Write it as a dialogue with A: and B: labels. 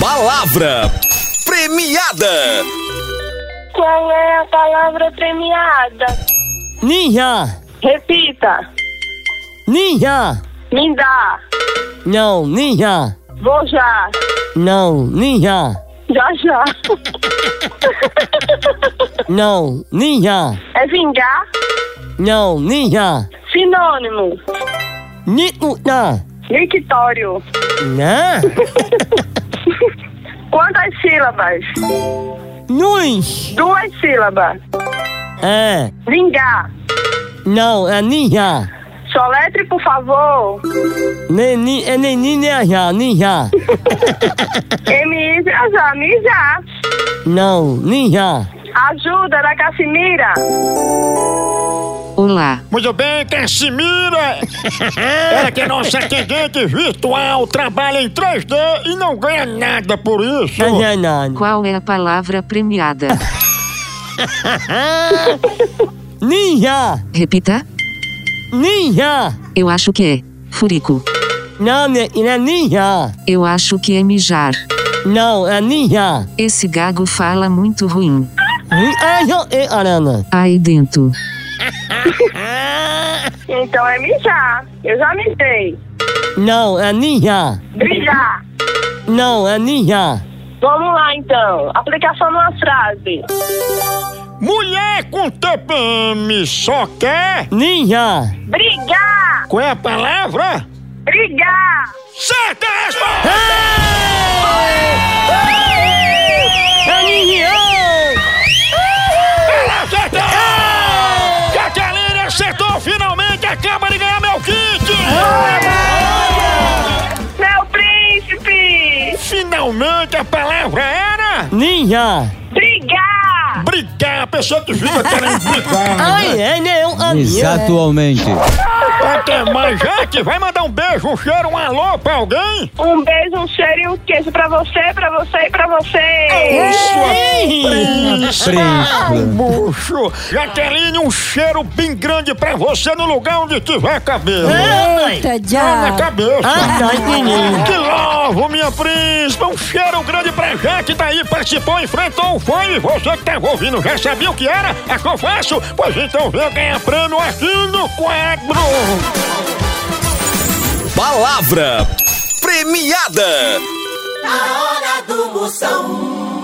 A: Palavra premiada.
B: Qual é a palavra premiada?
C: Ninja!
B: Repita.
C: Ninja!
B: Me dá.
C: Não, ninja!
B: Vou já.
C: Não, ninja!
B: Já já.
C: Não, ninja!
B: É vingar?
C: Não, ninja!
B: Sinônimo.
C: Nikuta!
B: Victório.
C: Né?
B: Quantas sílabas?
C: Nuz!
B: Duas sílabas.
C: É,
B: Vingar.
C: não, é ninja!
B: Soletre, por favor.
C: Neni, é neni, ninja, ninja!
B: M.I. já já. Me já.
C: Não, ninja!
B: Ajuda da Cassimira.
D: Olá,
E: Muito bem, Cassimira! Ela que é nossa atendente virtual, trabalha em 3D e não ganha nada por isso.
C: Não é nada!
D: qual é a palavra premiada?
C: Ninja!
D: Repita,
C: Ninja!
D: eu acho que é. Furico,
C: Não, né, ele é ninja!
D: eu acho que é mijar.
C: Não, é ninja!
D: Esse gago fala muito ruim.
C: Ah, eu, eu, arana!
D: Aí dentro.
B: Então é mijar. Eu já mijei.
C: Não, é ninja!
B: Brigar.
C: Não, é ninja!
B: Vamos lá, então. Aplicação numa frase.
E: Mulher com TPM só quer.
C: Ninja!
B: Brigar!
E: Qual é a palavra?
B: Brigar!
E: Certa resposta!
C: É ninja!
E: Ela acertou! Catarina acertou! Finalmente acaba de ganhar meu kit!
B: Meu príncipe!
E: Finalmente a palavra era.
C: Ninja!
B: Brigar!
E: Brigar, a pessoa que fica querendo brigar.
C: Ai, é não, a minha!
F: Exatamente.
E: Até é mais, gente. Vai mandar um beijo, um cheiro, um alô pra alguém?
B: Um beijo, um cheiro e um queijo pra você, pra você e pra
C: É.
B: você!
F: Príncipe.
E: Bucho. Jaqueline, um cheiro bem grande pra você no lugar onde tiver cabelo.
C: Eita,
E: Na
C: já!
E: cabeça.
C: É. Ah, tá, entendi!
E: Que lovo, minha príncipa! Um cheiro grande pra gente daí, participou, enfrentou o fone. Você que tava ouvindo já sabia o que era? É que eu faço? Pois então vem ganhar prêmio aqui no quadro.
A: Palavra premiada.
G: A hora do Moção.